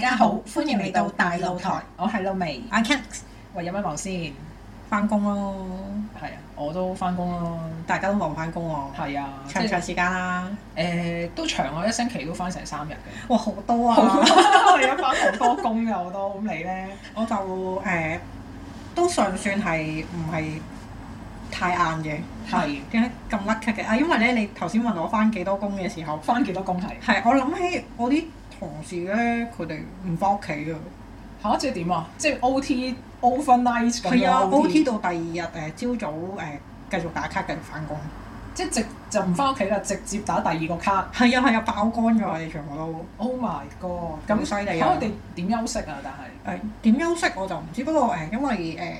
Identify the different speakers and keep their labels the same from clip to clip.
Speaker 1: 歡迎嚟到大露台，我係露媚。
Speaker 2: I can't
Speaker 1: 喂，有咩忙先？
Speaker 2: 翻工咯，
Speaker 1: 係啊，我都翻工咯。
Speaker 2: 大家都忙翻工喎，
Speaker 1: 係啊，即
Speaker 2: 長唔
Speaker 1: 係
Speaker 2: 長時間啊？
Speaker 1: 誒都長啊，一星期都翻成三日嘅。
Speaker 2: 哇，好多啊！
Speaker 1: 係啊， 翻好多工㗎我都。咁你咧？
Speaker 2: 我就誒、呃都尚算係唔係太晏嘅，
Speaker 1: 係
Speaker 2: 點解咁 lucky 嘅？啊，因為咧你頭先問我翻幾多工嘅時候，
Speaker 1: 翻幾多工係？
Speaker 2: 係我諗起我啲同事咧，佢哋唔翻屋企啊嘅，
Speaker 1: 嚇，即係點啊？即係 O T overnight 咁
Speaker 2: 係
Speaker 1: 樣
Speaker 2: 啊，OT 到第二日誒朝早誒、呃、繼續打卡繼續翻工，
Speaker 1: 即係直就唔翻屋企啦，直接打第二個卡。
Speaker 2: 係啊係啊，爆肝咗我哋全部都。
Speaker 1: Oh my god！
Speaker 2: 好
Speaker 1: 咁
Speaker 2: 犀利
Speaker 1: 嚇
Speaker 2: 啊
Speaker 1: 我哋點休息啊？但係
Speaker 2: 誒點休息我就唔知，不過誒、因為誒、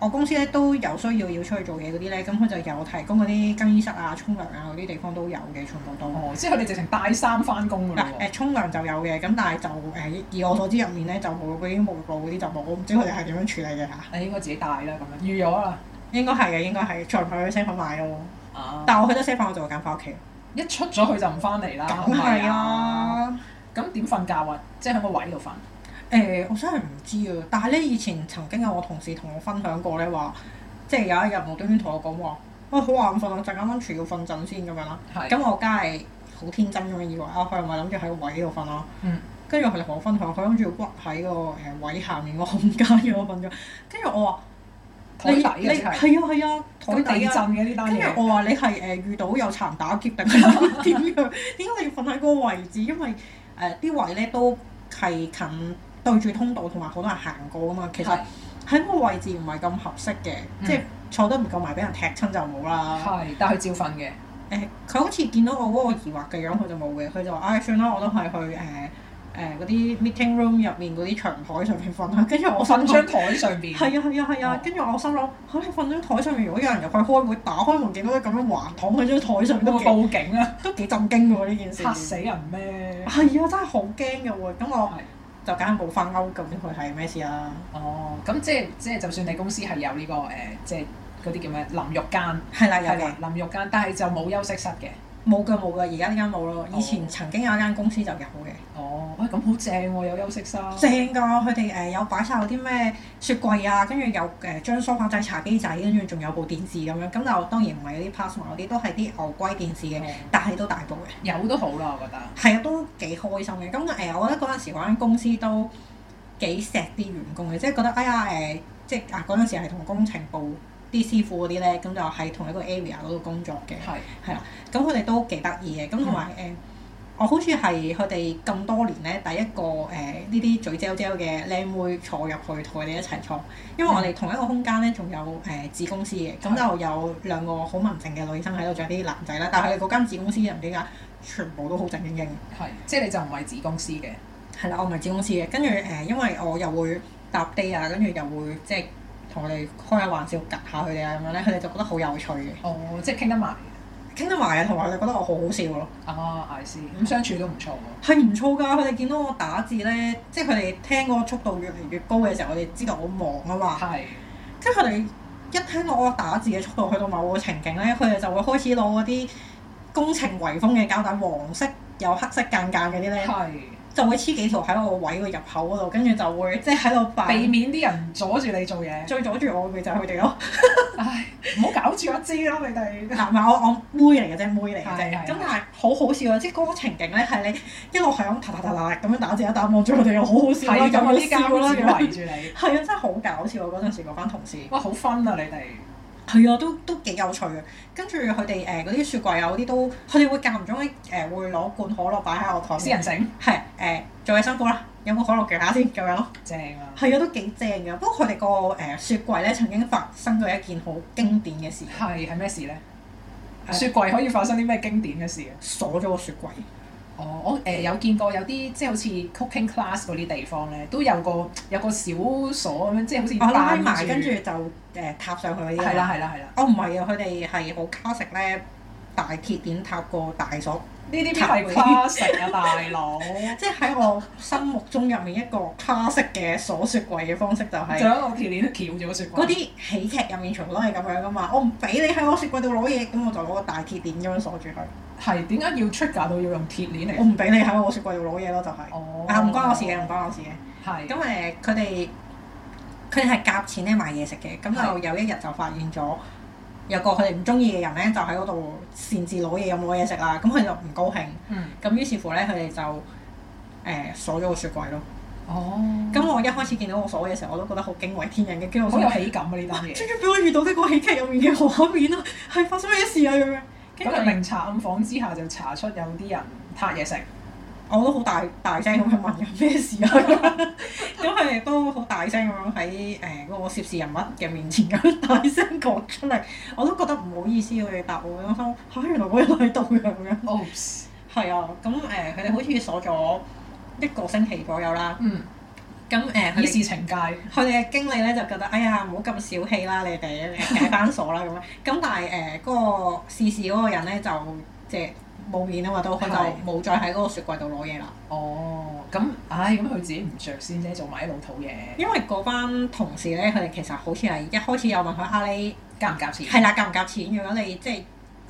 Speaker 2: 我公司咧都有需要要出去做嘢嗰啲咧，咁佢就有提供嗰啲更衣室啊、沖涼啊嗰啲地方都有嘅，全部都。
Speaker 1: 哦，即係佢哋直情帶衫翻工㗎
Speaker 2: 嗱
Speaker 1: 啦喎
Speaker 2: 誒，。沖涼就有嘅，咁但係就誒、以我所知入面咧就冇嗰啲沐浴露嗰啲就冇，我唔知佢哋係點樣處理嘅嚇。
Speaker 1: 你應該自己帶啦，咁樣預咗啦。
Speaker 2: 應該係嘅，應該係，再唔係去 s e 買咯。
Speaker 1: 啊！
Speaker 2: 但我去得 s e 我就會揀翻屋企。
Speaker 1: 一出咗佢就唔翻嚟啦，
Speaker 2: 梗
Speaker 1: 哦係
Speaker 2: 係！啊！
Speaker 1: 咁點瞓覺啊？即係喺個位度瞓。
Speaker 2: 誒、我真係唔知啊！但係咧，以前曾經有我同事同我分享過咧，話即係有一日無端端同我講話，哇好眼瞓啊，陣間 lunch 要瞓陣先咁樣啦。
Speaker 1: 係
Speaker 2: 咁我梗係好天真咁樣以為啊，佢係咪諗住喺個位度瞓啊？
Speaker 1: 嗯。
Speaker 2: 跟住佢就同我分享，佢諗住屈喺個誒位下面個空間嘅我瞓咗。跟住我話
Speaker 1: 台底
Speaker 2: 你
Speaker 1: 嘅即
Speaker 2: 你係
Speaker 1: 係。
Speaker 2: 啊係啊，
Speaker 1: 咁
Speaker 2: 台
Speaker 1: 地
Speaker 2: 底
Speaker 1: 震
Speaker 2: 啊。
Speaker 1: 嘅呢單
Speaker 2: 跟住
Speaker 1: 嘢。
Speaker 2: 我話你 係誒、遇到有殘打劫定係點樣？ 點解你要瞓喺嗰個位置？因為誒啲、位咧都係近對住通道，同埋好多人行過啊嘛。其實
Speaker 1: 係
Speaker 2: 喺嗰個位置唔係咁合適嘅，
Speaker 1: 嗯
Speaker 2: 即係坐得唔夠埋，俾人踢親就冇啦。
Speaker 1: 係，但係佢照瞓嘅。
Speaker 2: 誒，佢、好似見到我嗰個疑惑嘅樣，佢就冇嘅。佢就話：唉、算啦，我都係去誒誒嗰啲 meeting room 入面嗰啲長台上面瞓啦。跟住我
Speaker 1: 我
Speaker 2: 心
Speaker 1: 瞓
Speaker 2: 諗
Speaker 1: 張台上邊。
Speaker 2: 係啊係啊係
Speaker 1: 哦
Speaker 2: 啊，跟住我心諗嚇你瞓張台上面，如果有人入去開會，打開門見到你咁樣橫躺喺張台上面
Speaker 1: 會
Speaker 2: 都
Speaker 1: 唔會
Speaker 2: 幾
Speaker 1: 報警啊？
Speaker 2: 都幾震驚喎呢件事。
Speaker 1: 嚇死人咩？
Speaker 2: 係啊，真係好驚嘅喎，咁我
Speaker 1: 係
Speaker 2: 就梗係冇翻歐，究竟佢係咩事啊啦？
Speaker 1: 哦，咁即係即係，就算你公司係有呢個誒，即係嗰啲叫咩淋浴間，
Speaker 2: 係啦，有
Speaker 1: 係
Speaker 2: 嘅
Speaker 1: 啦，，淋浴間，但係就冇休息室嘅。
Speaker 2: 冇嘅冇嘅，而家呢間冇咯。以前曾經有一間公司就有嘅，
Speaker 1: 哦，喂，咁好正喎，有休息室。
Speaker 2: 正㗎，佢哋誒有擺晒嗰啲咩雪櫃啊，跟住有誒張梳化仔、茶幾仔，跟住仲有部電視咁樣。咁就當然唔係嗰啲 Pasma 嗰啲，都係啲牛龜電視嘅，
Speaker 1: 哦
Speaker 2: 但係都大部嘅。
Speaker 1: 有都好啦，我覺得。
Speaker 2: 係啊，都幾開心嘅。咁誒、我覺得嗰陣時嗰間公司都幾錫啲員工嘅，即係覺得哎呀誒、即係啊嗰陣時係同工程部啲師傅嗰啲咧，咁就係同一個 area 嗰度工作嘅，
Speaker 1: 係。
Speaker 2: 係啦。咁佢哋都幾得意嘅，咁同埋誒，我好似係佢哋咁多年咧，第一個誒呢啲嘴嚼嚼嘅靚妹坐入去同佢哋一齊坐，因為我哋同一個空間咧，仲有誒、子公司嘅，咁就有兩個好文靜嘅女生喺度，仲有啲男仔啦，但係佢哋嗰間子公司唔知點解全部都好正經經嘅。
Speaker 1: 係，即係你就唔係子公司嘅。
Speaker 2: 係啦，我唔係子公司嘅，跟住誒，因為我又會搭 day 啊，跟住又會即係同佢哋開下玩笑，夾下佢哋啊咁樣咧，佢哋就覺得好有趣嘅，
Speaker 1: 哦，即係傾得埋。
Speaker 2: 傾得埋啊，同埋佢哋覺得我好好笑咯，
Speaker 1: 啊，I see，咁相處都唔錯喎。
Speaker 2: 係唔錯㗎。佢哋見到我打字咧，即係佢哋聽嗰個速度越嚟越高嘅時候，佢哋知道我忙啊嘛，
Speaker 1: 係，
Speaker 2: 跟住佢哋一聽到我打字嘅速度去到某個情景咧，佢哋就會開始攞嗰啲工程圍封嘅膠帶，黃色有黑色間間嗰啲咧，
Speaker 1: 係，
Speaker 2: 就會黐幾條喺我位個入口嗰度，跟住就會即係喺度扮
Speaker 1: 避。免啲人阻住你做嘢。
Speaker 2: 最阻住我嘅咪就係佢哋咯。
Speaker 1: 唉，唔好搞住我知咯，你哋。
Speaker 2: 嗱，唔係我我妹嚟嘅啫，妹嚟嘅
Speaker 1: 係係
Speaker 2: 啫。咁但係好好笑啊！即係嗰個情景咧，係你一路係咁嗒嗒嗒嗒咁樣打字一打，望住佢哋又好好笑啦，啊
Speaker 1: 係
Speaker 2: 咁
Speaker 1: 咁
Speaker 2: 樣
Speaker 1: 啲
Speaker 2: 笑啦，
Speaker 1: 膠
Speaker 2: 咁
Speaker 1: 紙
Speaker 2: 樣
Speaker 1: 圍住你。
Speaker 2: 係啊，真係好搞笑啊！嗰陣時嗰班同事
Speaker 1: 哇，好分啊！你哋
Speaker 2: 係啊，都都幾有趣嘅。跟住佢哋誒嗰啲雪櫃啊嗰啲都，佢哋會間唔中咧誒會攞罐可樂擺喺我台
Speaker 1: 私
Speaker 2: 面，
Speaker 1: 人整
Speaker 2: 係誒做嘢辛苦啦，飲個可樂夾下先咁樣咯。
Speaker 1: 正啊。
Speaker 2: 係啊，都幾正嘅。不過佢哋個誒雪櫃咧曾經發生過一件好經典嘅事，
Speaker 1: 係係咩事咧？
Speaker 2: 誒
Speaker 1: 雪櫃可以發生啲咩經典嘅事啊？
Speaker 2: 鎖咗個雪櫃。
Speaker 1: 哦，我誒、有見過有啲即係好似 cooking class 嗰啲地方咧，都有個有個小鎖咁樣，即係好似
Speaker 2: 我拉
Speaker 1: 扮
Speaker 2: 埋跟住就誒塔上去嗰啲啊。
Speaker 1: 係啦係啦係啦，
Speaker 2: 哦，唔係啊，佢哋係好 classic 咧，大鐵鏈塔過大鎖，
Speaker 1: 呢啲邊係 class 啊大佬，
Speaker 2: 即係喺我心目中入面一個 classic 嘅鎖雪櫃嘅方式就係、
Speaker 1: 仲有一個鐵鏈翹咗個雪櫃。
Speaker 2: 嗰啲喜劇入面全部都係咁樣噶嘛，我唔俾你喺我雪櫃度攞嘢，咁我就攞個大鐵鏈咁樣鎖住佢，
Speaker 1: 係點解要出 r 到要用鐵鏈
Speaker 2: 我
Speaker 1: 嚟？
Speaker 2: 唔俾你喺我雪櫃度攞嘢咯，就係、
Speaker 1: 哦
Speaker 2: 啊唔關我事嘅，唔關我事嘅，
Speaker 1: 係
Speaker 2: 咁誒，佢哋佢哋係夾錢咧買嘢食嘅，咁
Speaker 1: 係
Speaker 2: 就有一日就發現咗有個佢哋唔中意嘅人咧，就喺嗰度擅自攞嘢飲攞嘢食啦，咁佢就唔高興，
Speaker 1: 嗯
Speaker 2: 咁於是乎咧佢哋就誒、鎖咗個雪櫃咯。
Speaker 1: 哦，
Speaker 2: 咁我一開始見到我鎖嘅時候，我都覺得好驚為天人嘅，跟住我
Speaker 1: 好
Speaker 2: 心
Speaker 1: 有
Speaker 2: 諗
Speaker 1: 喜感啊呢單
Speaker 2: 哇，
Speaker 1: 嘢。
Speaker 2: 終於俾我遇到呢個喜劇入面嘅畫面啦，係發生咩事啊咁樣？跟
Speaker 1: 咁
Speaker 2: 住
Speaker 1: 就明查暗訪之下就查出有啲人撻嘢食，
Speaker 2: 我都好大大聲咁去問有咩事啊！ 咁佢哋都好大聲咁樣喺誒嗰個涉事人物嘅面前咁大聲講出嚟，我都覺得唔好意思佢哋答我，我心諗嚇、原來嗰人喺度嘅咁樣。
Speaker 1: Oops，
Speaker 2: 係啊，咁誒佢哋好似鎖咗一個星期左右啦。
Speaker 1: 嗯，
Speaker 2: 咁誒佢
Speaker 1: 以
Speaker 2: 哋
Speaker 1: 示懲戒，
Speaker 2: 佢哋嘅經理咧就覺得哎呀唔好咁小氣啦，你哋誒解翻鎖啦咁樣。咁但係誒嗰個試事嗰個人咧就即係冇面啊嘛，都佢
Speaker 1: 係
Speaker 2: 就冇再喺嗰個雪櫃度攞嘢啦。
Speaker 1: 哦，咁，唉，咁佢自己唔着先啫，做埋啲老土嘢，
Speaker 2: 因為嗰班同事咧，佢哋其實好似係一開始有問佢啊，你
Speaker 1: 夾唔夾錢？
Speaker 2: 係啦夾唔夾錢？如果你即係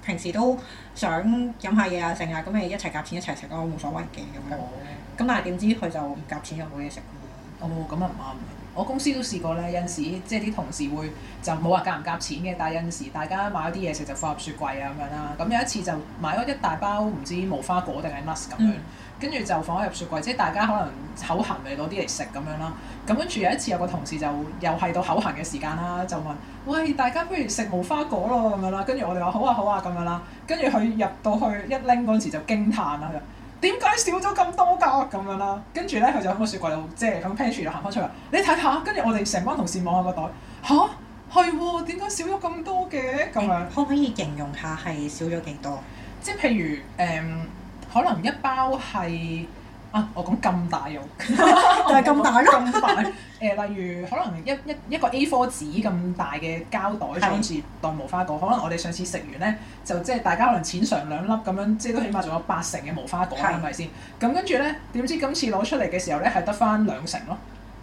Speaker 2: 平時都想飲下嘢啊，剩啊，咁你一齊夾錢一齊食咯，冇所謂嘅咁樣。咁
Speaker 1: 哦，
Speaker 2: 但係點知佢就唔夾錢又冇嘢食喎。
Speaker 1: 哦，咁啊唔啱。我公司都試過咧，有陣時即係啲同事會就冇話夾唔夾錢嘅，但係有陣時大家買咗啲嘢食就放入雪櫃啊咁樣啦。咁有一次就買咗一大包唔知無花果定係 nuts 咁樣。跟住就放喺入雪櫃，即係大家可能口痕嚟攞啲嚟食咁樣啦。咁跟住有一次有個同事就又係到口痕嘅時間啦，就問：喂，大家不如食無花果咯咁樣啦。跟住我哋話好啊好啊咁樣啦。跟住佢入到去一拎嗰陣時就驚歎啦，佢話點解少咗咁多㗎咁樣啦？跟住咧佢就喺個雪櫃度即係咁 pantry 度行翻出嚟，你睇下。跟住我哋成班同事望下個袋，吓？係喎，點解少咗咁多嘅咁樣？
Speaker 2: 可唔可以形容下係少咗幾多？
Speaker 1: 即係譬如誒、可能一包係啊，我講咁大 用，就
Speaker 2: 係咁大 咯
Speaker 1: 咁大誒、例如可能一一一個 A4 紙咁大嘅膠袋裝住當無花果，可能我哋上次食完咧，就即係大家可能淺嘗兩粒咁樣，即係都起碼仲有八成嘅無花果啦
Speaker 2: 係
Speaker 1: 係咪先？咁跟住咧，點知今次攞出嚟嘅時候咧，係得翻兩成咯。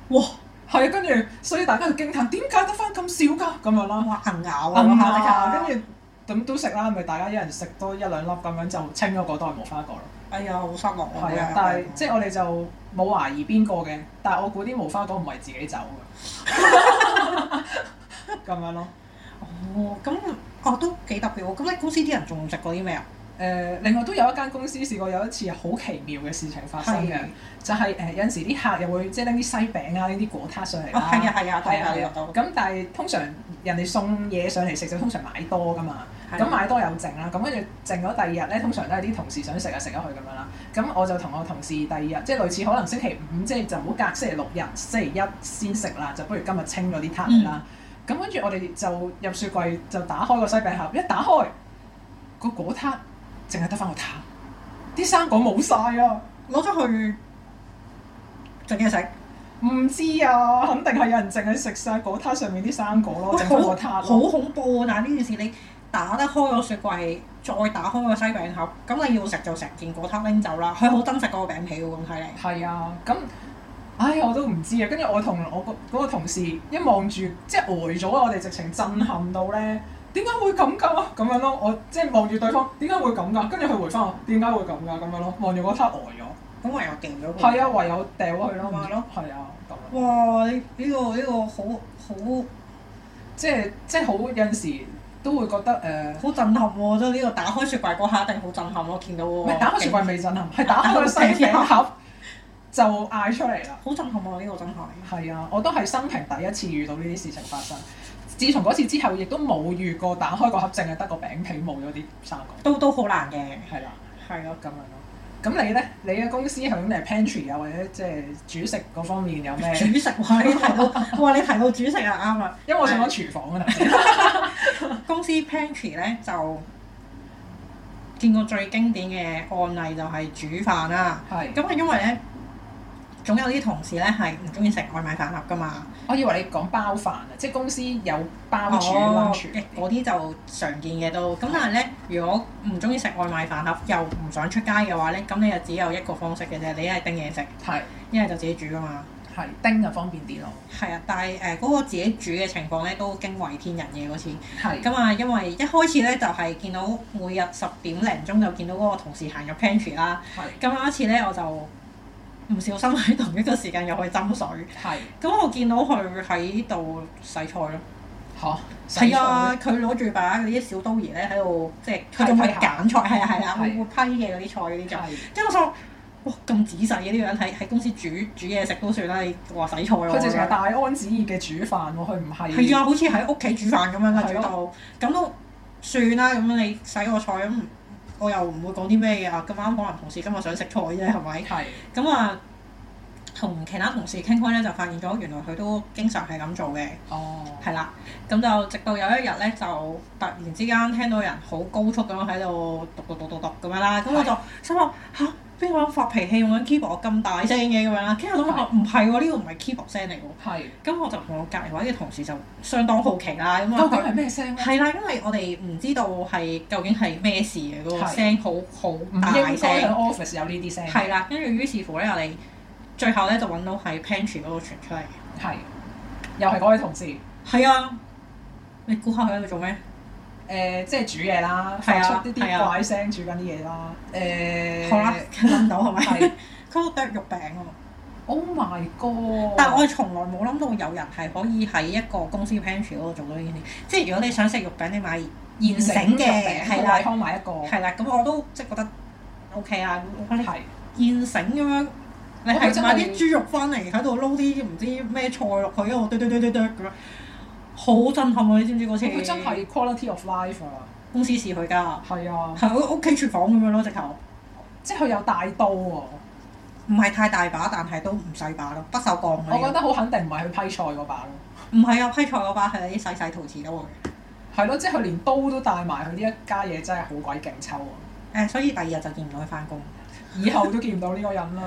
Speaker 2: 哇！
Speaker 1: 係啊，跟住所以大家就驚歎，點解得翻咁少㗎？咁樣啦。
Speaker 2: 哇！硬咬啊！
Speaker 1: 暗
Speaker 2: 嗰下
Speaker 1: 下，跟住咁都食啦，咪大家一人食多一兩粒咁樣就清咗嗰袋無花果咯。
Speaker 2: 哎呀，好失落啊！
Speaker 1: 係啊，但係即係我哋就冇懷疑邊個嘅，但係我估啲無花果唔係自己走嘅， 咁樣咯。
Speaker 2: 哦，咁哦都幾特別喎。咁你公司啲人仲食過啲咩啊？
Speaker 1: 誒、另外都有一間公司試過有一次好奇妙嘅事情發生嘅
Speaker 2: 係，
Speaker 1: 就係、誒、有陣時啲客又會即係拎啲西餅啊，呢啲果撻上嚟
Speaker 2: 哦，
Speaker 1: 啦。
Speaker 2: 係啊，係啊，都
Speaker 1: 係啊，
Speaker 2: 有
Speaker 1: 係
Speaker 2: 有
Speaker 1: 啊
Speaker 2: 到。
Speaker 1: 咁但係通常人哋送嘢上嚟食就通常買多噶嘛，
Speaker 2: 係
Speaker 1: 咁買多有剩啦，咁跟住剩咗第二日咧，通常都係啲同事想食啊食咗佢咁樣啦。咁我就同我同事第二日，即係類似可能星期五，即係就唔好隔星期六日、星期一先食啦，就不如今日清咗啲撻嚟啦。
Speaker 2: 嗯
Speaker 1: 咁跟住我哋就入雪櫃就打開個西餅盒，一打開個果撻，淨係得翻個撻，啲生果冇晒啊！
Speaker 2: 攞咗去整嘢食，
Speaker 1: 唔知啊，肯定係有人淨係食晒果撻上面啲生果咯，
Speaker 2: 喂
Speaker 1: 整翻個
Speaker 2: 好
Speaker 1: 撻
Speaker 2: 好
Speaker 1: 咯。
Speaker 2: 恐怖啊！但係呢件事你打得開個雪櫃，再打開個西餅盒，咁你要食就成件果撻拎走啦。佢好憎食嗰個餅皮喎，咁睇嚟。
Speaker 1: 係啊，咁，唉，我都唔知啊。跟住我同我個嗰個同事一望住，即係呆咗啊！我哋直情震撼到咧，點解會咁㗎？咁樣咯，我即係望住對方，點解會咁㗎？跟住佢回翻我，點解會咁㗎？咁樣咯，望住嗰刻呆
Speaker 2: 咁我又掉咗
Speaker 1: 咗。
Speaker 2: 佢。
Speaker 1: 係啊，唯有掉咗佢咯，
Speaker 2: 咪
Speaker 1: 咪咯，
Speaker 2: 咯
Speaker 1: 係啊，咁樣。
Speaker 2: 哇！呢呢個呢個好好
Speaker 1: 即係即係好有陣時都會覺得誒。呃
Speaker 2: 好震撼喎！真係呢個打開雪櫃嗰下一定好震撼咯，見到
Speaker 1: 唔
Speaker 2: 我。
Speaker 1: 係打開雪櫃未震撼，係打開個西餅盒就嗌出嚟啦。
Speaker 2: 好震撼啊！呢個真係。
Speaker 1: 係啊，我都係生平第一次遇到呢啲事情發生。自從嗰次之後，亦都冇遇過打開個盒，淨係得個餅皮冇咗啲生果。
Speaker 2: 都都好難嘅，
Speaker 1: 係啊啦，
Speaker 2: 係咯。
Speaker 1: 咁樣咯。咁你咧，你嘅公司響誒 pantry 啊，或者即係主食嗰方面有咩？
Speaker 2: 煮 食哇！你提到哇！你提到煮食啊，啱啦。
Speaker 1: 因為我想講廚房啊，頭先
Speaker 2: 公司 pantry 咧就見過最經典嘅案例就係煮飯啦。
Speaker 1: 係。
Speaker 2: 咁係因為咧，總有啲同事咧係唔中意食外賣飯盒噶嘛。
Speaker 1: 我以為你講包飯啊，即係公司有包住 lunch 嗰啲
Speaker 2: 哦嗰啲就常見嘅都。咁但係咧，如果唔中意食外賣飯盒，又唔想出街嘅話咧，咁你就只有一個方式嘅啫，你一係叮嘢食，
Speaker 1: 係
Speaker 2: 一係就自己煮噶嘛。
Speaker 1: 係叮就方便啲咯。
Speaker 2: 係啊，但係誒嗰個自己煮嘅情況咧都驚為天人嘅嗰次。
Speaker 1: 係
Speaker 2: 咁啊，因為一開始咧就係、見到每日十點零鐘就見到嗰個同事行入 pantry 啦。
Speaker 1: 係
Speaker 2: 咁有一次咧，我就唔小心喺同一個時間又去斟水，
Speaker 1: 係
Speaker 2: 咁我見到佢喺度洗菜咯。
Speaker 1: 嚇，洗
Speaker 2: 係
Speaker 1: 菜
Speaker 2: 啊，佢攞住把嗰啲小刀兒咧喺度，即係佢仲會
Speaker 1: 批批下
Speaker 2: 揀菜，係啊係啊，
Speaker 1: 係
Speaker 2: 會會批嘅嗰啲菜嗰啲就。
Speaker 1: 係
Speaker 2: 即係我啊想，哇咁仔細嘅啲樣，喺喺公司煮煮嘢食都算啦，你話洗菜喎。
Speaker 1: 佢直情係大安旨意嘅煮飯喎，佢唔係
Speaker 2: 係啊，好似喺屋企煮飯咁樣啦，
Speaker 1: 係
Speaker 2: 煮
Speaker 1: 咯
Speaker 2: 到咁都算啦。咁樣你洗個菜咁，我又唔會講啲咩嘢啊。咁啱可能同事今日想食菜啫，係咪？
Speaker 1: 係
Speaker 2: 咁啊，同其他同事傾開咧，就發現咗原來佢都經常係咁做嘅，
Speaker 1: 哦
Speaker 2: 係啦。咁就直到有一日咧，就突然之間聽到有人好高速咁樣喺度讀讀讀讀讀咁樣啦。咁我就心諗吓，邊個發脾氣用緊 keyboard 咁大聲嘅咁樣啦？跟住我諗下，唔係喎，呢個唔係 keyboard 聲嚟喎。
Speaker 1: 係，
Speaker 2: 咁我就同我隔離位嘅同事就相當好奇啦，咁
Speaker 1: 究竟
Speaker 2: 啊
Speaker 1: 哦係咩聲咧？
Speaker 2: 係啦，因為我哋唔知道係究竟係咩事嘅嗰個
Speaker 1: 係
Speaker 2: 聲，好好
Speaker 1: 唔應
Speaker 2: 大
Speaker 1: 該喺
Speaker 2: 聲，
Speaker 1: office 有呢啲聲，
Speaker 2: 係啦，跟住於是乎咧，我哋最後咧就揾到喺 pantry 嗰度傳出嚟嘅。
Speaker 1: 係又係嗰位同事
Speaker 2: 係啊，你估下佢喺度做咩？
Speaker 1: 誒，即係煮嘢啦，
Speaker 2: 係
Speaker 1: 發
Speaker 2: 啊
Speaker 1: 出啲
Speaker 2: 係
Speaker 1: 啲
Speaker 2: 啊
Speaker 1: 怪聲煮緊啲嘢啦，誒
Speaker 2: 好啦，諗到係咪？
Speaker 1: 係
Speaker 2: 佢喺度剁肉餅喎，
Speaker 1: ，Oh my
Speaker 2: 但係
Speaker 1: god！
Speaker 2: 我哋從來冇諗到有人係可以喺一個公司 pantry 嗰度做到呢件事。即係如果你想食肉餅，你買現成嘅，係
Speaker 1: 係
Speaker 2: 啦
Speaker 1: 啦，，康買一個，
Speaker 2: 係啦，咁我都即係覺得 O K 啊，我哋
Speaker 1: 係
Speaker 2: 現成咁樣，你
Speaker 1: 我覺得
Speaker 2: 係
Speaker 1: 真
Speaker 2: 買
Speaker 1: 係
Speaker 2: 啲豬肉翻嚟喺度撈啲唔知咩菜落去，喺度剁剁剁剁剁咁樣，好震撼啊！你知唔知嗰次？
Speaker 1: 佢真係 quality of life 啊，
Speaker 2: 公司試佢㗎，
Speaker 1: 係啊，
Speaker 2: 係我屋企廚房咁樣咯，直頭
Speaker 1: 即係佢有大刀喎，
Speaker 2: 唔係太大把，但係都唔細把咯，不鏽鋼
Speaker 1: 我覺
Speaker 2: 嘅。
Speaker 1: 得好肯定唔係佢批菜嗰把咯。
Speaker 2: 唔係啊，批菜嗰把係啲細細陶瓷刀嘅。
Speaker 1: 係咯，即係佢連刀都帶埋，佢呢一家嘢真係好鬼勁抽啊！
Speaker 2: 誒，所以第二日就見唔到佢翻工。
Speaker 1: 以後都見唔到呢個人啦。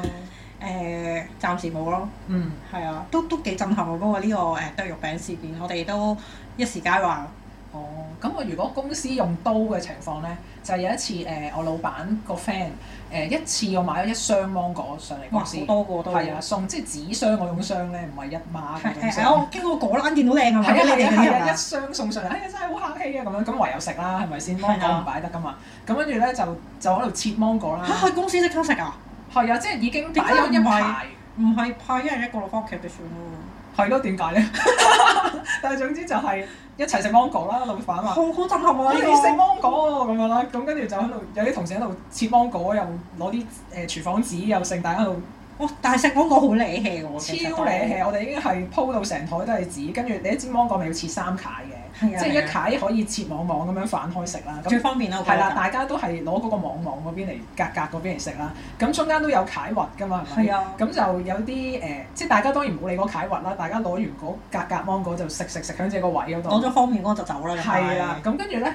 Speaker 2: 誒，暫時冇咯。
Speaker 1: 嗯，
Speaker 2: 係啊，都都幾震撼啊！不過呢個誒剁肉餅事件，我哋都一時皆話。
Speaker 1: 哦，咁我如果公司用刀嘅情況咧，就係有一次誒、呃我老闆個 friend 呃誒一次我買咗一箱芒果上嚟
Speaker 2: 哇！
Speaker 1: 公司
Speaker 2: 好，多個都
Speaker 1: 係啊，送即係紙箱嗰種箱咧，唔係一碼嗰種
Speaker 2: 係係
Speaker 1: 箱。
Speaker 2: 啊！ 我經過果欄見到靚啊
Speaker 1: 係
Speaker 2: 嘛，
Speaker 1: 啊
Speaker 2: 你
Speaker 1: 係
Speaker 2: 哋
Speaker 1: 啊
Speaker 2: 嗰啲
Speaker 1: 係
Speaker 2: 人
Speaker 1: 啊，
Speaker 2: 啊
Speaker 1: 一箱送上嚟，哎呀真係好客氣啊咁樣，咁唯有食啦，係咪先？芒
Speaker 2: 係
Speaker 1: 果
Speaker 2: 啊
Speaker 1: 唔擺得噶嘛，咁跟住咧就就喺度切芒果啦，
Speaker 2: 嚇去公司即刻食啊！
Speaker 1: 係啊，即係已經擺
Speaker 2: 點
Speaker 1: 咗
Speaker 2: 解
Speaker 1: 一
Speaker 2: 唔係
Speaker 1: 排。
Speaker 2: 唔係派一人一個落翻屋企就算咯，
Speaker 1: 係咯，點解咧？ 但係總之就係一齊食芒果啦，老闆
Speaker 2: 好
Speaker 1: 話。
Speaker 2: 好震撼
Speaker 1: 我
Speaker 2: 啊！呢
Speaker 1: 哋食
Speaker 2: 個
Speaker 1: 芒果喎咁樣啦，咁跟住就喺度有啲同事喺度切芒果，又攞啲誒廚房紙，又剩大家喺度
Speaker 2: 哇！但係食芒果好理氣喎，其實都
Speaker 1: 超理氣。我啊哋已經係鋪到成台都係紙，跟住你一支芒果咪要切三塊嘅，
Speaker 2: 係啊，
Speaker 1: 即係一
Speaker 2: 係啊
Speaker 1: 塊可以切網網咁樣反開食啦。
Speaker 2: 最
Speaker 1: 咁
Speaker 2: 方便啦，我覺
Speaker 1: 係
Speaker 2: 得
Speaker 1: 啦，大家都係攞嗰個網網嗰邊嚟格格嗰邊嚟食啦。咁中間都有解核㗎嘛，係咪
Speaker 2: 係？啊，
Speaker 1: 咁就有啲誒、呃即係大家當然冇理嗰解核啦，大家攞完嗰格格芒果就食食食響自己個位嗰度。
Speaker 2: 攞咗方便嗰個就走啦，咁快
Speaker 1: 係啊啦，咁跟住咧，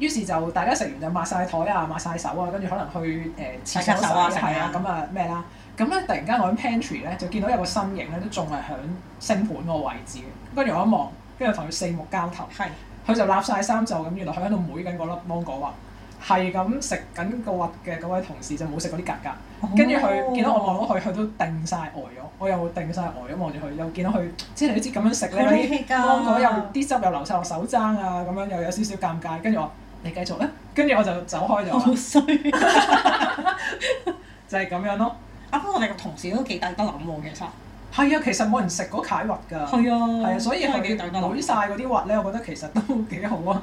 Speaker 1: 於是就大家食完就抹晒台啊，抹晒手啊，跟住可能去誒廁所
Speaker 2: 洗手啊
Speaker 1: 洗
Speaker 2: 成
Speaker 1: 係
Speaker 2: 啊
Speaker 1: 啊，咁啊咩啦，咁咧突然間我喺 pantry 咧就見到有個身形咧都仲係響星盤個位置嘅，跟住我一望，跟住同佢四目交投，
Speaker 2: 係
Speaker 1: 佢就揦晒衫袖咁，原來佢喺度妹緊嗰粒芒果核。啊係咁食緊個核嘅嗰位同事就冇食嗰啲格格，跟住佢見到我望到佢，佢都定晒呆咗，我又定晒呆咁望住佢，又見到佢即係你都知咁樣食
Speaker 2: 好理
Speaker 1: 咧，
Speaker 2: 氣㗎，
Speaker 1: 芒果又 啲汁又流晒落手踭啊，咁樣又有少少尷尬。跟住我你繼續啦，跟住我就走開咗啦，
Speaker 2: 好 衰
Speaker 1: 就係咁樣咯。
Speaker 2: 啊！不過我哋個同事都幾抵得諗喎，其實
Speaker 1: 係啊，其實冇人食嗰蟹核㗎，
Speaker 2: 係啊，
Speaker 1: 係啊，所以
Speaker 2: 真
Speaker 1: 佢
Speaker 2: 係幾抵得
Speaker 1: 攰
Speaker 2: 諗，
Speaker 1: 晒嗰啲核咧，我覺得其實都幾好啊。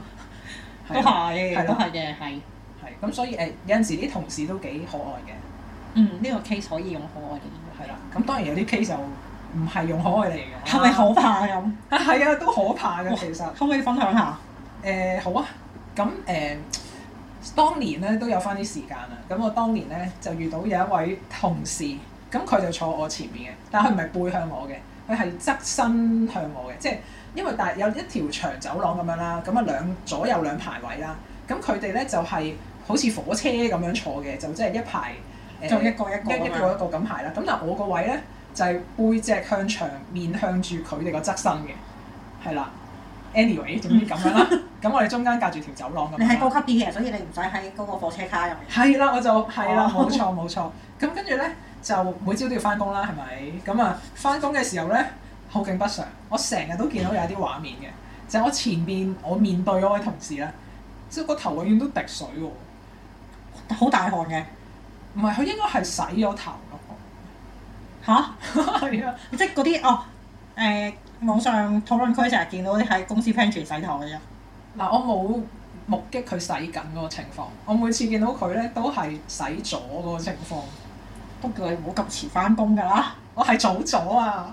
Speaker 2: 都
Speaker 1: 係啊
Speaker 2: 係
Speaker 1: 係
Speaker 2: 都
Speaker 1: 啦
Speaker 2: 係嘅，係。
Speaker 1: 係咁，所以誒有陣時啲同事都幾可愛嘅，
Speaker 2: 嗯，呢、個 case 可以用可愛嘅，
Speaker 1: 係啦。咁當然有啲 case 就唔係用可愛嚟嘅，
Speaker 2: 係咪可怕咁？
Speaker 1: 啊？係啊，都可怕㗎，其實。
Speaker 2: 可唔可以分享下？
Speaker 1: 誒、好啊，咁誒、當年咧都有翻啲時間啦。咁我當年咧就遇到有一位同事，咁佢就坐我前面嘅，但係佢唔係背向我嘅，佢係側身向我嘅，即係因為但有一條長走廊咁樣啦，咁啊兩左右兩排位啦，咁佢哋咧就係、好似火車咁樣坐嘅，就即係一排誒
Speaker 2: 就一個一個
Speaker 1: 一一
Speaker 2: 咁
Speaker 1: 個
Speaker 2: 樣
Speaker 1: 一個咁排啦。咁但係我個位咧就係、背脊向牆，面向住佢哋個側身嘅，係啦。anyway，總之咁樣啦。咁我哋中間隔住條走廊咁
Speaker 2: 你係
Speaker 1: 樣
Speaker 2: 高
Speaker 1: 啦。
Speaker 2: 級啲嘅，所以你唔使喺嗰個火車卡入面。
Speaker 1: 係啦，我就係啦，
Speaker 2: 哦
Speaker 1: 冇錯冇錯。咁跟住咧就每朝都要翻工啦，係咪？咁啊，翻工嘅時候咧，好景不常，我成日都見到有啲畫面嘅，就係我前邊我面對嗰位同事咧，即係個頭永遠都滴水喎。唔
Speaker 2: 好大汗嘅，
Speaker 1: 係，佢應該係洗咗頭咯。
Speaker 2: 嚇，
Speaker 1: 係啊，
Speaker 2: 即係嗰啲哦誒、網上討論區成日見到啲喺公司 pantry 洗頭嘅啫。
Speaker 1: 嗱我冇目擊佢洗緊嗰個情況，我每次見到佢咧都係洗咗嗰個情況，
Speaker 2: 都叫你唔好咁遲翻工㗎啦！
Speaker 1: 我係早咗啊！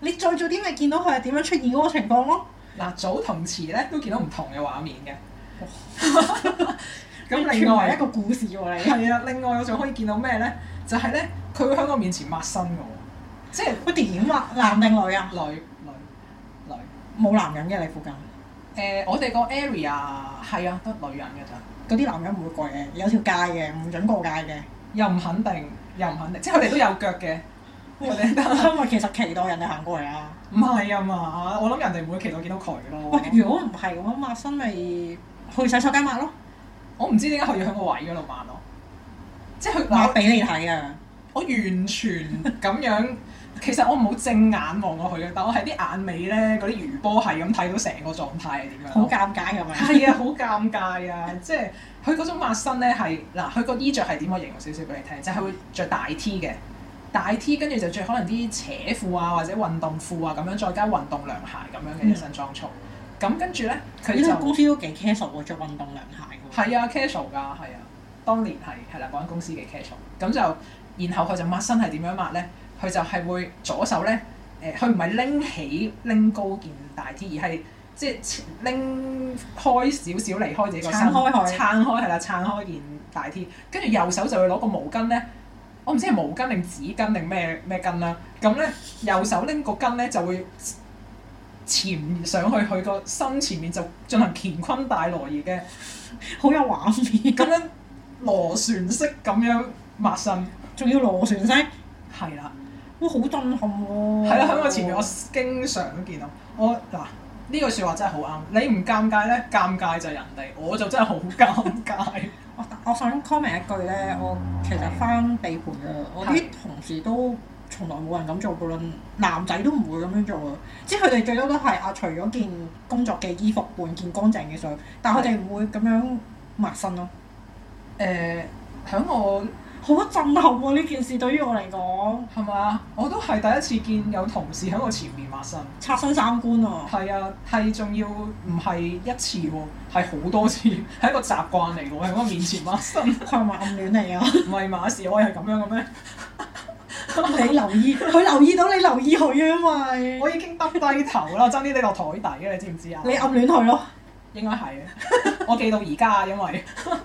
Speaker 2: 你再早啲咪見到佢係點樣出現嗰個情況咯？
Speaker 1: 嗱，早同遲咧都見到唔同嘅畫面嘅。 咁
Speaker 2: 你
Speaker 1: 另
Speaker 2: 串埋
Speaker 1: 外
Speaker 2: 一個故事喎、你，
Speaker 1: 係啊，另外我仲可以見到咩咧？就係咧，佢會喺我面前抹身嘅喎，即係
Speaker 2: 喂點啊？男定女啊？
Speaker 1: 女女女。
Speaker 2: 冇男人嘅你附近，
Speaker 1: 誒、我哋個 area 係啊，得女人嘅咋，
Speaker 2: 嗰啲男人唔會過嘅，有條街嘅，唔準過界嘅。
Speaker 1: 又唔肯定，又唔肯定，即係佢哋都有腳嘅，佢哋都
Speaker 2: 因為其實期待人哋行過嚟啊！
Speaker 1: 唔係啊嘛，我諗人哋唔會期待見到佢咯。
Speaker 2: 喂，如果唔係嘅話，抹身咪去洗手間抹咯，
Speaker 1: 我唔知點解佢要喺個位嗰度抹咯，即係佢
Speaker 2: 抹
Speaker 1: 嗱
Speaker 2: 俾你睇啊！
Speaker 1: 我完全咁樣， 其實我冇正眼望過佢嘅，但我係啲眼尾咧，嗰啲餘波係咁睇到成個狀態係點樣
Speaker 2: 好
Speaker 1: 咯。
Speaker 2: 尷尬咁樣。
Speaker 1: 哦係啊，好尷尬啊！即係佢嗰種抹身咧係嗱，佢個衣着係點？我形容少少俾你聽，就係、會着大 T 嘅大 T，跟住就着可能啲扯褲啊或者運動褲啊咁樣，再加運動涼鞋咁樣嘅一身裝束。咁、跟住咧，佢
Speaker 2: 呢
Speaker 1: 就
Speaker 2: 個公司都幾 casual 喎，着運動涼鞋喎。
Speaker 1: 啊係啊 casual 㗎，係啊，當年係係啦，嗰間公司嘅 casual。咁就然後佢就抹身係點樣抹咧？佢就係會左手咧，誒、佢唔係拎起拎高件大 T，而係即係拎開少少離開自己個身，
Speaker 2: 撐開佢
Speaker 1: 撐開係啦，撐開件大 T，跟住右手就會攞個毛巾咧。我唔知係毛巾定紙巾定咩咩巾啦，咁咧右手拎個巾咧就會潛上去佢個身前面就進行乾坤大挪移嘅
Speaker 2: 好有畫面，
Speaker 1: 咁樣螺旋式咁樣抹身，
Speaker 2: 仲要螺旋式，
Speaker 1: 係啦，
Speaker 2: 哇！好震撼喎。
Speaker 1: 係啦，喺我前面我經常都見到。我嗱呢句説話真係好啱，你唔尷尬咧，尷尬就係人哋，我就真係好尷尬。
Speaker 2: 我我想 comment 一句咧，我其實翻地盤嘅，我啲同事都從來冇人咁做，無論男仔都唔會咁樣做嘅，即係佢哋最多都係啊，除咗件工作嘅衣服換件乾淨嘅上，但係佢哋唔會咁樣抹身咯。
Speaker 1: 誒，喺我
Speaker 2: 好震撼喎！呢件事對於我嚟講，
Speaker 1: 係嘛，我都係第一次見有同事喺我前面抹身，
Speaker 2: 刷新三觀啊！
Speaker 1: 係啊，係仲要唔係一次喎，係好多次，係一個習慣嚟喎，喺我面前抹身，唔
Speaker 2: 佢係咪暗戀你啊？
Speaker 1: 係馬事，我係咁樣嘅咩？
Speaker 2: 你留意佢留意到你留意佢啊，因
Speaker 1: 我
Speaker 2: 為
Speaker 1: 已經耷低頭啦，爭啲跌落台底嘅，你知唔知啊？
Speaker 2: 你暗戀佢咯。
Speaker 1: 應該係 嘅，我記到而家啊，因為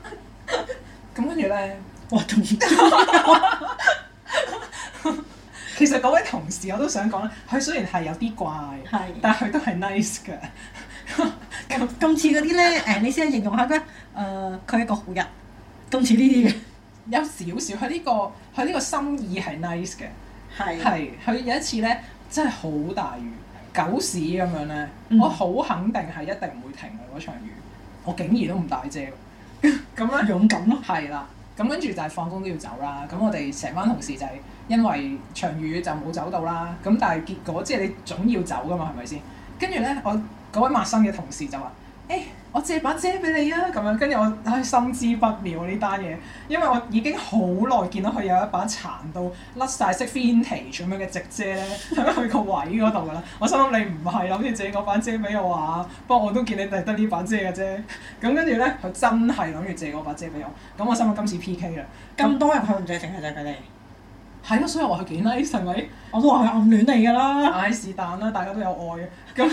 Speaker 1: 咁跟住咧，
Speaker 2: 哇！仲
Speaker 1: 其實嗰位同事我都想講咧，佢雖然係有啲怪，
Speaker 2: 係。
Speaker 1: 但係佢都係 nice 嘅。 咁
Speaker 2: 咁似嗰啲咧，誒，你先形容下佢，誒，佢係一個好人，咁似呢啲嘅，
Speaker 1: 有少少佢呢個佢呢個心意係 nice 嘅，
Speaker 2: 係
Speaker 1: 係佢有一次咧真係好大雨，狗屎咁樣咧，
Speaker 2: 嗯
Speaker 1: 我好肯定係一定唔會停嘅嗰場雨，我竟然都唔帶遮， 咁咧。
Speaker 2: 勇敢咯，
Speaker 1: 係啦，咁跟住就係放工都要走啦。咁我哋成班同事就係因為場雨就冇走到啦。咁但係結果即係你總要走噶嘛，係咪先？跟住咧，我嗰位陌生嘅同事就話：，誒、我借把遮俾你啊！咁樣，跟住我唉心知不妙呢單嘢，因為我已經好耐見到佢有一把殘到甩晒色 vintage 咁樣嘅直遮咧，喺佢個位嗰度噶啦。 我心諗你唔係啊諗住借嗰把遮俾我啊，不過我都見你係得呢把遮嘅啫。咁跟住咧，佢真係諗住借嗰把遮俾我。咁我心諗今次 P.K. 啦，
Speaker 2: 咁多人佢唔制，淨係就係佢哋，
Speaker 1: 係咯，所以我話佢幾 nice 係 咪？
Speaker 2: 我都話佢暗戀你㗎啦，
Speaker 1: 唉是但啦，大家都有愛嘅。咁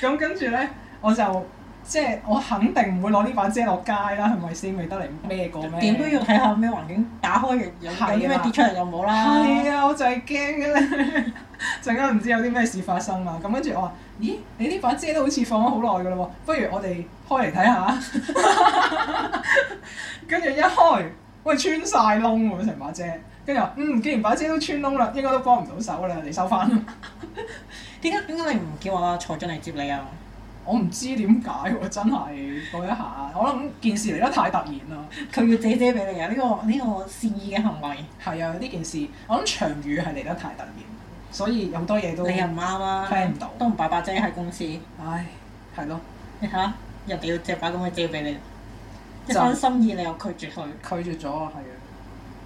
Speaker 1: 咁 跟住咧，我就即係我肯定唔會攞呢把遮落街啦，係咪先？未得嚟孭過咩？
Speaker 2: 點都要睇下咩環境，打開完有有
Speaker 1: 係啊
Speaker 2: 啲咩跌出嚟就冇啦，
Speaker 1: 係啊，我就係驚嘅咧， 陣間唔知有啲咩事發生啊啦。咁跟住我話：咦，你呢把遮都好似放咗好耐㗎咯喎，不如我哋開嚟睇下。 跟住一開，喂穿晒窿喎成把遮。跟住話：嗯，既然把遮都穿窿啦，應該都幫唔到手啦，你收翻啦。
Speaker 2: 點解點解你唔叫我坐進嚟接你啊？
Speaker 1: 我唔知點解喎，真係嗰一下，我諗嗯件事嚟得太突然啦。
Speaker 2: 佢要姐姐俾你啊！呢個呢個善意嘅行為，
Speaker 1: 係啊，呢件事我諗長雨係嚟得太突然，所以有好多嘢都
Speaker 2: 你又唔啱啦
Speaker 1: plan 唔到，
Speaker 2: 都唔擺把遮喺公司，你
Speaker 1: 唉係咯。
Speaker 2: 睇下人哋要借把咁嘅遮俾你，一
Speaker 1: 就
Speaker 2: 番心意你又拒絕佢，
Speaker 1: 拒絕咗啊，係啊，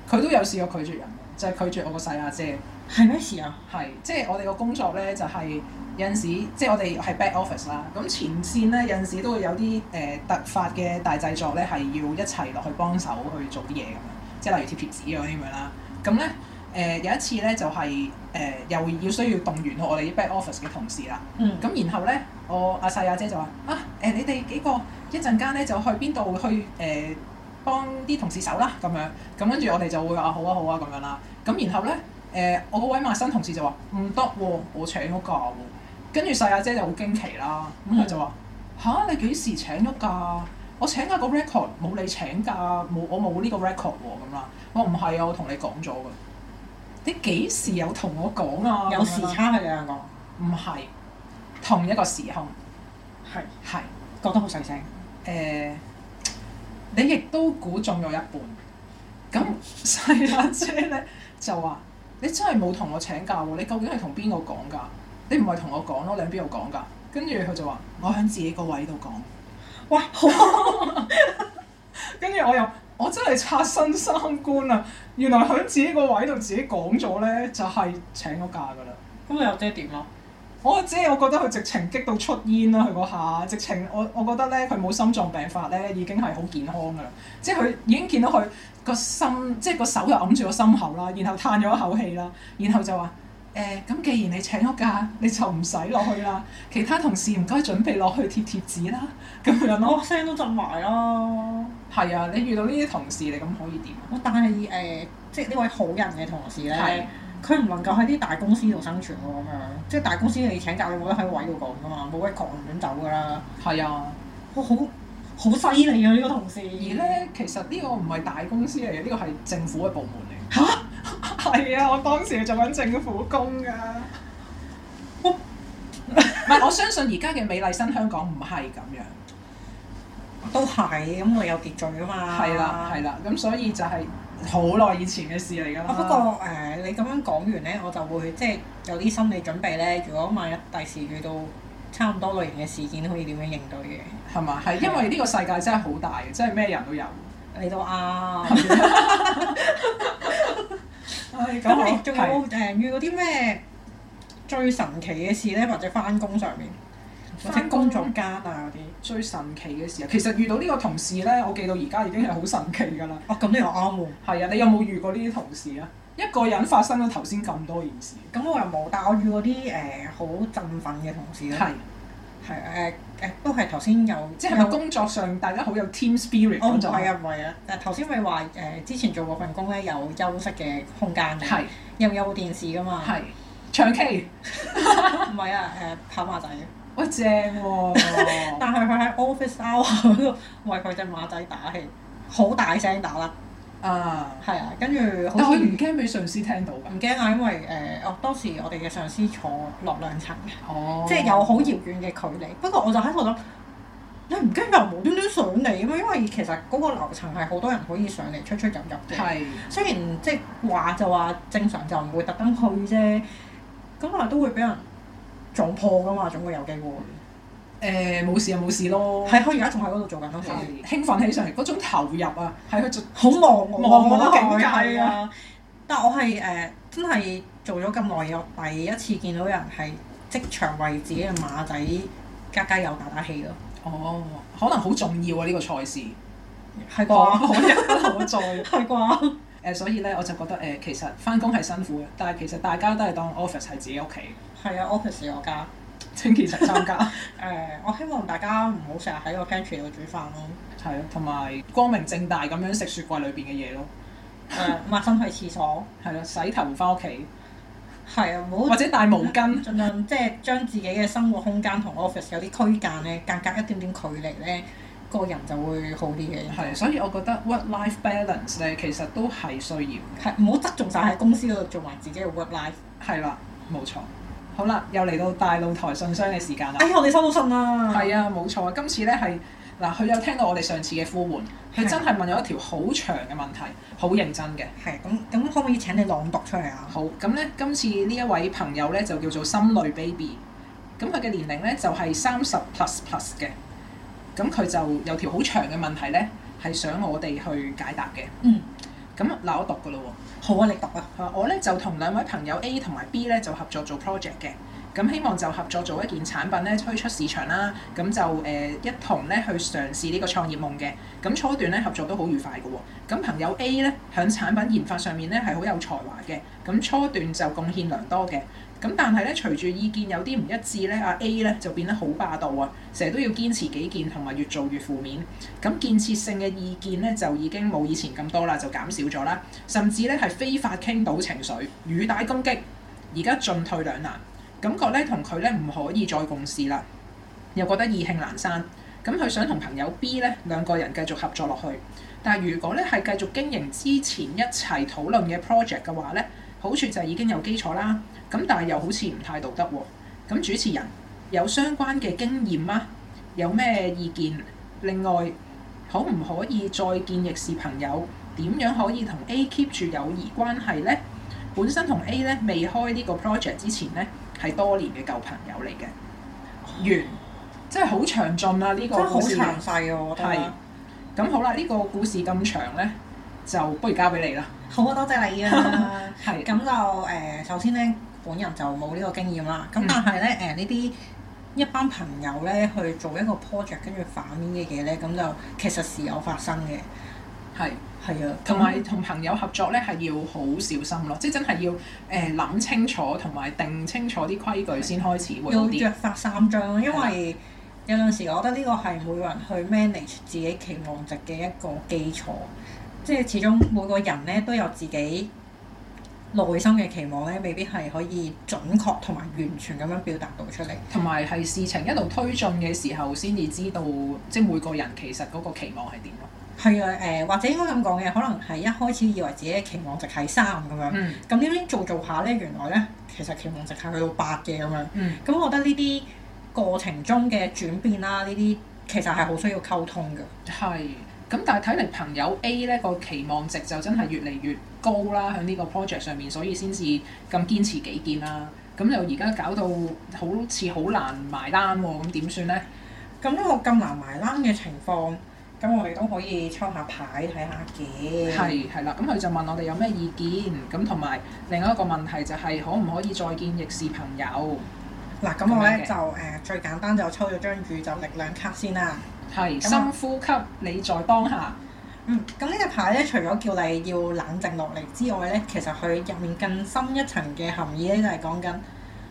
Speaker 1: 佢都有試過拒絕人嘅，就係、拒絕我個細阿姐。
Speaker 2: 係咩事啊？
Speaker 1: 係，即係我哋個工作咧就係、有陣時，即係我哋係 back office 啦。咁前線咧有陣時都會有啲誒、呃突發嘅大製作咧，係要一齊落去幫手去做啲嘢咁樣，即係例如貼貼紙嗰啲咁樣啦。咁咧誒有一次咧就係、呃又要需要動員我哋啲 back office 嘅同事啦。
Speaker 2: 嗯，
Speaker 1: 咁然後咧，我阿細阿姐就話：啊，誒、你哋幾個一陣間咧就去邊度去誒、呃、幫啲同事手啦咁樣。咁跟住我哋就會話啊好啊好啊咁樣啦。咁然後咧，誒、我嗰位陌生同事就話唔得喎，我請咗假喎。跟住細阿姐就好驚奇啦，咁
Speaker 2: 嗯
Speaker 1: 佢就話：吓、你幾時請咗假？我請假個 record 冇你請假，冇我冇呢個 record 喎咁啦。我話唔係啊，我同你講咗㗎。你幾時有同我講啊？
Speaker 2: 有時
Speaker 1: 咁樣啦
Speaker 2: 差佢哋兩個，
Speaker 1: 唔係同一個時空，
Speaker 2: 係
Speaker 1: 係誒、
Speaker 2: 覺得好細聲。
Speaker 1: 你亦都估中咗一半。咁細阿姐咧就話：你真係冇同我請假喎！你究竟係同邊個講㗎？你唔係同我講咯，你喺邊度講㗎？跟住佢就話：我喺自己個位度講。
Speaker 2: 喂，好啊
Speaker 1: 跟住我又，我真係刷新三觀啊！原來喺自己個位度自己講咗咧，就係、請咗假㗎啦。
Speaker 2: 咁你又即係點啊咯？
Speaker 1: 我即係我覺得佢直情激到出煙啦！佢嗰下直情，我我覺得咧佢冇心臟病發咧，已經係好健康噶啦。即係佢已經見到佢個心，即係個手又揞住個心口啦，然後嘆咗一口氣啦，然後就話：誒、咁既然你請咗假，你就唔使落去啦。其他同事唔該準備落去貼貼紙啦，咁樣咯。
Speaker 2: 我哦聲都震埋啦。
Speaker 1: 係啊，你遇到呢啲同事，你咁可以點啊？啊
Speaker 2: 我但係誒、呃即係呢位好人嘅同事
Speaker 1: 係
Speaker 2: 咧，佢唔能夠喺啲大公司度生存喎，咁樣。即係大公司你請假，你冇得喺位度講噶嘛，冇位講唔準走噶啦。
Speaker 1: 係啊。
Speaker 2: 我好好犀利啊！呢、個同事。
Speaker 1: 而
Speaker 2: 而
Speaker 1: 咧，其實呢個唔係大公司嚟嘅，呢個係政府嘅部門嚟。
Speaker 2: 嚇，
Speaker 1: 係啊，我當時係做緊政府工㗎。
Speaker 2: 我
Speaker 1: 哦唔係，我相信而家嘅美麗新香港唔係咁樣。
Speaker 2: 都係咁，我有秩序啊嘛。
Speaker 1: 係啦，係啦，咁所以就係好耐以前嘅事嚟㗎啦。
Speaker 2: 啊不過誒、呃你咁樣講完咧，我就會即係有啲心理準備咧。如果萬一第時遇到差唔多類型嘅事件，可以點樣應對嘅？
Speaker 1: 係嘛？係啊因為呢個世界真係好大嘅，真係咩人都有。
Speaker 2: 你 都啱。
Speaker 1: 唉，咁
Speaker 2: 咁
Speaker 1: 我
Speaker 2: 你仲有冇誒遇過啲咩最神奇嘅事咧？或者翻工上面，或者
Speaker 1: 返工
Speaker 2: 工作間啊嗰啲？
Speaker 1: 最神奇嘅事啊？其實遇到呢個同事咧，我記到而家已經係好神奇㗎啦。
Speaker 2: 哦，咁你又啱喎。
Speaker 1: 係啊，你有冇遇過呢啲同事啊？一個人發生咗頭先咁多件事。
Speaker 2: 咁我又冇，但我遇過啲誒好振奮嘅同事咧，
Speaker 1: 係。
Speaker 2: 係誒誒，都係頭先有
Speaker 1: 即係咪
Speaker 2: 有
Speaker 1: 工作上大家好有 team spirit
Speaker 2: 我
Speaker 1: 嗰
Speaker 2: 唔
Speaker 1: 種？
Speaker 2: 係啊，唔係啊！誒頭先咪話誒，之前做過份工咧，有休息嘅空間嘅，
Speaker 1: 係
Speaker 2: 又有電視噶嘛。
Speaker 1: 係唱 K，
Speaker 2: 唔係啊，誒跑馬仔，
Speaker 1: 喂正 喎！
Speaker 2: 但係佢喺 office hour 嗰度為佢只馬仔打氣，好大聲打啦，
Speaker 1: 啊，
Speaker 2: 係啊，跟住好
Speaker 1: 但佢
Speaker 2: 似
Speaker 1: 唔驚俾上司聽到㗎。
Speaker 2: 唔驚啊，因為誒、我當時我哋嘅上司坐落兩層嘅，
Speaker 1: 哦
Speaker 2: 即係有好遙遠嘅距離。不過我就喺度諗，你唔驚又無端端上嚟嘅咩？因為其實嗰個樓層係好多人可以上嚟出出入入嘅。
Speaker 1: 係
Speaker 2: 雖然即係話就話正常就唔會特登去啫，咁但係都會俾人撞破噶嘛，總會有機會。
Speaker 1: 誒冇事就冇事咯。
Speaker 2: 係，我而家仲喺嗰度做緊咯，所以
Speaker 1: 嗯係興奮起上嚟嗰種投入啊，係佢做
Speaker 2: 好忙我
Speaker 1: 忙我
Speaker 2: 我
Speaker 1: 都
Speaker 2: 覺得
Speaker 1: 境界
Speaker 2: 係啊！但我係誒、真係做咗咁耐嘢，我第一次見到有人係職場為自己嘅馬仔加加油打打氣咯，
Speaker 1: 哦，可能好重要啊呢個賽 事。
Speaker 2: 係
Speaker 1: 哦
Speaker 2: 啩？
Speaker 1: 可一可再。
Speaker 2: 係啩？
Speaker 1: 誒，所以咧我就覺得誒，其實翻工係辛苦嘅，但係其實大家都係當 office 係自己屋企，
Speaker 2: 係啊，office 我家
Speaker 1: 清潔齊參加。
Speaker 2: 誒、我希望大家唔好成日喺個 pantry 度煮飯咯。
Speaker 1: 係啊，同埋光明正大咁樣食雪櫃裏邊嘅嘢咯。
Speaker 2: 誒、抹身去廁所，
Speaker 1: 係啦，洗頭翻屋企，
Speaker 2: 係啊，唔
Speaker 1: 或
Speaker 2: 好
Speaker 1: 者帶毛巾。
Speaker 2: 盡量即係將自己嘅生活空間同 office 有啲區間咧，間隔一點點距離咧，個人就會好啲嘅。
Speaker 1: 係，所以我覺得 work-life balance 咧，其實都係需要。
Speaker 2: 係唔好側重晒喺公司嗰度做埋自己嘅 work life。
Speaker 1: 係啦，冇錯。好啦，又嚟到大露台信箱嘅時間啦
Speaker 2: 哎。呀，我哋收到信啦。
Speaker 1: 係啊，冇錯啊。今次咧係嗱，佢有聽到我哋上次嘅呼喚，佢
Speaker 2: 係
Speaker 1: 真係問咗一條好長嘅問題，好認真嘅。
Speaker 2: 係咁咁，可唔可以請你朗讀出嚟啊？
Speaker 1: 好，咁咧今次呢一位朋友咧就叫做心累 baby，咁佢嘅年齡咧就係三十 plus plus 嘅，咁佢就有條好長嘅問題咧，係想我哋去解答嘅。
Speaker 2: 嗯，
Speaker 1: 咁嗱，我讀噶咯喎。
Speaker 2: 好啊，你讀啊，
Speaker 1: 啊，我咧就同兩位朋友 A 同埋 B 咧就合作做 project 嘅，咁希望就合作做一件產品咧推出市場啦，咁就誒、呃一同咧去嘗試呢個創業夢嘅，咁初段咧合作都好愉快嘅喎，咁朋友 A 咧喺產品研發上面咧係好有才華嘅，咁初段就貢獻良多嘅。咁但係咧，隨住意見有啲唔一致咧，阿 A 咧就變得好霸道啊，成日都要堅持己見，同埋越做越負面。咁建設性嘅意見咧就已經冇以前咁多啦，就減少咗啦。甚至咧係非法傾倒情緒、語帶攻擊，而家進退兩難，感覺咧同佢咧唔可以再共事啦，又覺得意興闌珊。咁佢想同朋友 B 咧兩個人繼續合作落去，但係如果咧係繼續經營之前一齊討論嘅 project 嘅話咧，好處就係已經有基礎啦。咁但係又好似唔太道德喎。咁主持人有相關嘅經驗嗎？有咩意見？另外，可唔可以再見亦是朋友？點樣可以同 A keep 住友誼關係呢？本身同 A 咧未開呢個 project 之前咧，係多年嘅舊朋友嚟嘅。完，真係好詳盡啦、呢、
Speaker 2: 真係
Speaker 1: 個
Speaker 2: 好
Speaker 1: 故事。
Speaker 2: 詳細啊，我覺得
Speaker 1: 係。咁好啦，呢、個故事咁長咧，就不如交俾你啦。
Speaker 2: 好啊，多謝你啊。
Speaker 1: 係，
Speaker 2: 咁就誒、首先咧，本人就冇呢個經驗啦。咁
Speaker 1: 嗯
Speaker 2: 但係咧，誒、呢啲一班朋友咧去做一個 project，跟住反面嘅嘢咧，咁就其實時有發生嘅。
Speaker 1: 係。
Speaker 2: 係啊，
Speaker 1: 同埋同朋友合作咧，係要好小心咯，即係真係要誒諗、清楚，同埋定清楚啲規矩先開始會好
Speaker 2: 要
Speaker 1: 啲。
Speaker 2: 約法三章，因為有陣時我覺得呢個係每個人去 manage 自己期望值嘅一個基礎，即係始終每個人咧都有自己內心嘅期望咧，未必係可以準確同埋完全咁樣表達到出嚟。
Speaker 1: 同埋係事情一路推進嘅時候，先至知道即係每個人其實嗰個期望係點咯。
Speaker 2: 係啊，誒、或者應該咁講嘅，可能係一開始以為自己嘅期望值係三咁樣，
Speaker 1: 嗯
Speaker 2: 咁點知做做下咧，原來咧其實期望值係去到八嘅咁樣。
Speaker 1: 嗯
Speaker 2: 咁我覺得呢啲過程中嘅轉變啦，呢啲其實係好需要溝通嘅。
Speaker 1: 係。咁但係睇嚟朋友 A 咧個期望值就真係越嚟越高啦，喺呢個 project 上面，所以先至咁堅持己見啦。咁就而家搞到好似好難埋單喎，咁點算咧？
Speaker 2: 咁呢個咁難埋單嘅情況，咁我哋都可以抽下牌睇下嘅。
Speaker 1: 係係啦，咁佢就問我哋有咩意見，咁同埋另一個問題就係可唔可以再見亦是朋友？
Speaker 2: 嗱，咁我
Speaker 1: 咁樣
Speaker 2: 咧
Speaker 1: 嘅
Speaker 2: 就誒、最簡單就抽咗張宇宙力量卡先啦。
Speaker 1: 係
Speaker 2: 咁
Speaker 1: 深
Speaker 2: 啊
Speaker 1: 呼吸，你在當下。
Speaker 2: 嗯，咁呢隻牌咧，除咗叫你要冷靜落嚟之外咧，其實佢入面更深一層嘅含義咧，就係講緊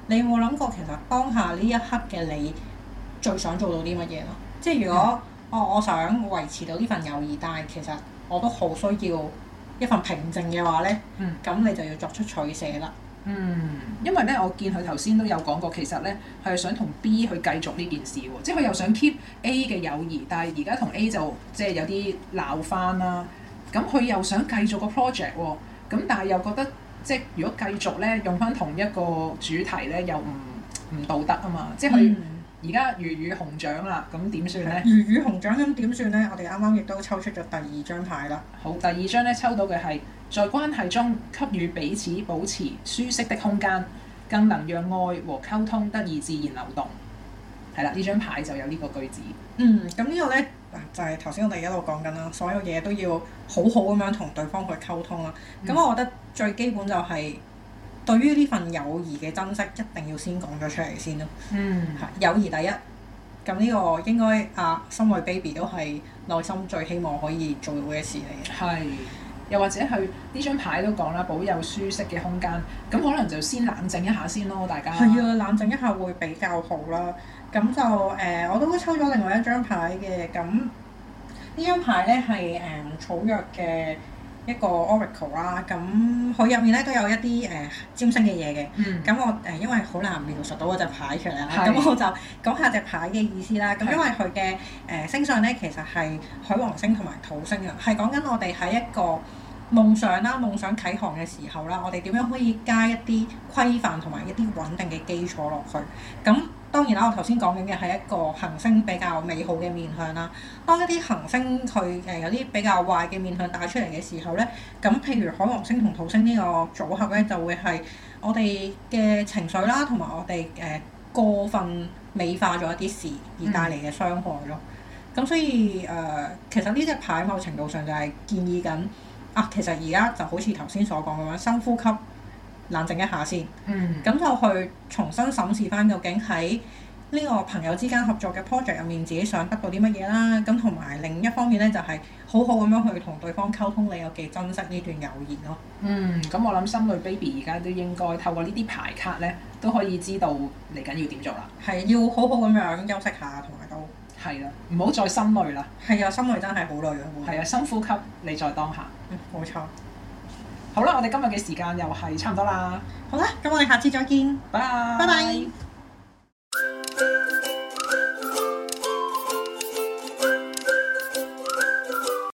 Speaker 2: 你有冇諗過其實當下呢一刻嘅你最想做到啲乜嘢咯？即係如果哦，我想維持到呢份友誼，但係其實我都好需要一份平靜嘅話咧，
Speaker 1: 嗯
Speaker 2: 咁你就要作出取捨啦。
Speaker 1: 嗯，因為咧，我見佢頭先都有講過，其實咧係想同 B 去繼續呢件事喎，即係佢又想 keep A 嘅友誼，但係而家同 A 就即係有啲鬧翻啦。咁佢又想繼續個 project 喎，咁但係又覺得即係如果繼續咧用翻同一個主題咧，又唔唔道德啊嘛，即係佢
Speaker 2: 嗯
Speaker 1: 而家魚與熊掌啦，咁點算咧？
Speaker 2: 魚與熊掌咁點算呢？我哋啱啱亦都抽出咗第二張牌啦。
Speaker 1: 好，第二張咧抽到嘅係在關係中給予彼此保持舒適的空間，更能讓愛和溝通得以自然流動。係啦，呢張牌就有呢個句子。
Speaker 2: 嗯，咁呢個呢，嗱就係頭先我哋一路講緊啦，所有嘢都要好好咁樣同對方去溝通啦。咁、
Speaker 1: 嗯
Speaker 2: 我覺得最基本就係、對於呢份友誼嘅珍惜，一定要先講咗出嚟先咯。
Speaker 1: 嗯
Speaker 2: 係友誼第一，咁呢個應該啊，心愛 baby 都係內心最希望可以做到嘅事嚟嘅。
Speaker 1: 係。又或者佢呢張牌都講啦，保有舒適嘅空間，咁可能就先冷靜一下先咯，大家。
Speaker 2: 係啊，冷靜一下會比較好啦。咁就誒、呃我都抽咗另外一張牌嘅。咁呢張牌咧係誒草藥嘅一個 Oracle 啦。咁佢入面咧都有一啲誒、呃占星嘅嘢嘅。
Speaker 1: 嗯。
Speaker 2: 咁我誒、呃因為好難描述到嗰隻牌出嚟啦，
Speaker 1: 係
Speaker 2: 咁我就講下隻牌嘅意思啦。咁
Speaker 1: 係
Speaker 2: 因為佢嘅誒星相咧，其實係海王星同埋土星啊，係講緊我哋喺一個夢想啦、夢想啟航嘅時候啦，我哋點樣可以加一啲規範同埋一啲穩定嘅基礎落去。咁當然啦，我頭先講緊嘅係一個行星比較美好嘅面向啦。當一啲行星佢誒有啲比較壞嘅面向帶出嚟嘅時候咧，咁譬如海王星同土星呢個組合咧，就會係我哋嘅情緒啦，同埋我哋誒、呃、過分美化咗一啲事而帶嚟嘅傷害咯。咁所以誒、呃其實呢隻牌某程度上就係建議緊啊，其實而家就好似頭先所講咁樣，深呼吸，冷靜一下先。
Speaker 1: 嗯，
Speaker 2: 咁就去重新審視翻究竟喺呢個朋友之間合作嘅 project 入面，自己想得到啲乜嘢啦。咁同埋另一方面咧，就係、好好咁樣去同對方溝通，你有幾珍惜呢段友誼咯。
Speaker 1: 嗯，咁我諗心裏 baby 而家都應該透過呢啲牌卡咧，都可以知道嚟緊要點做啦。
Speaker 2: 係要好好咁樣休息下，同埋都
Speaker 1: 係啦，唔好再心累啦，
Speaker 2: 係啊，心裏真係好累嘅。會
Speaker 1: 係啊，深呼吸，你在當下。
Speaker 2: 嗯冇錯。
Speaker 1: 好啦，我哋今日嘅時間又係差唔多啦，
Speaker 2: 好啦，咁我哋下次再見，
Speaker 1: 拜拜
Speaker 2: 拜拜。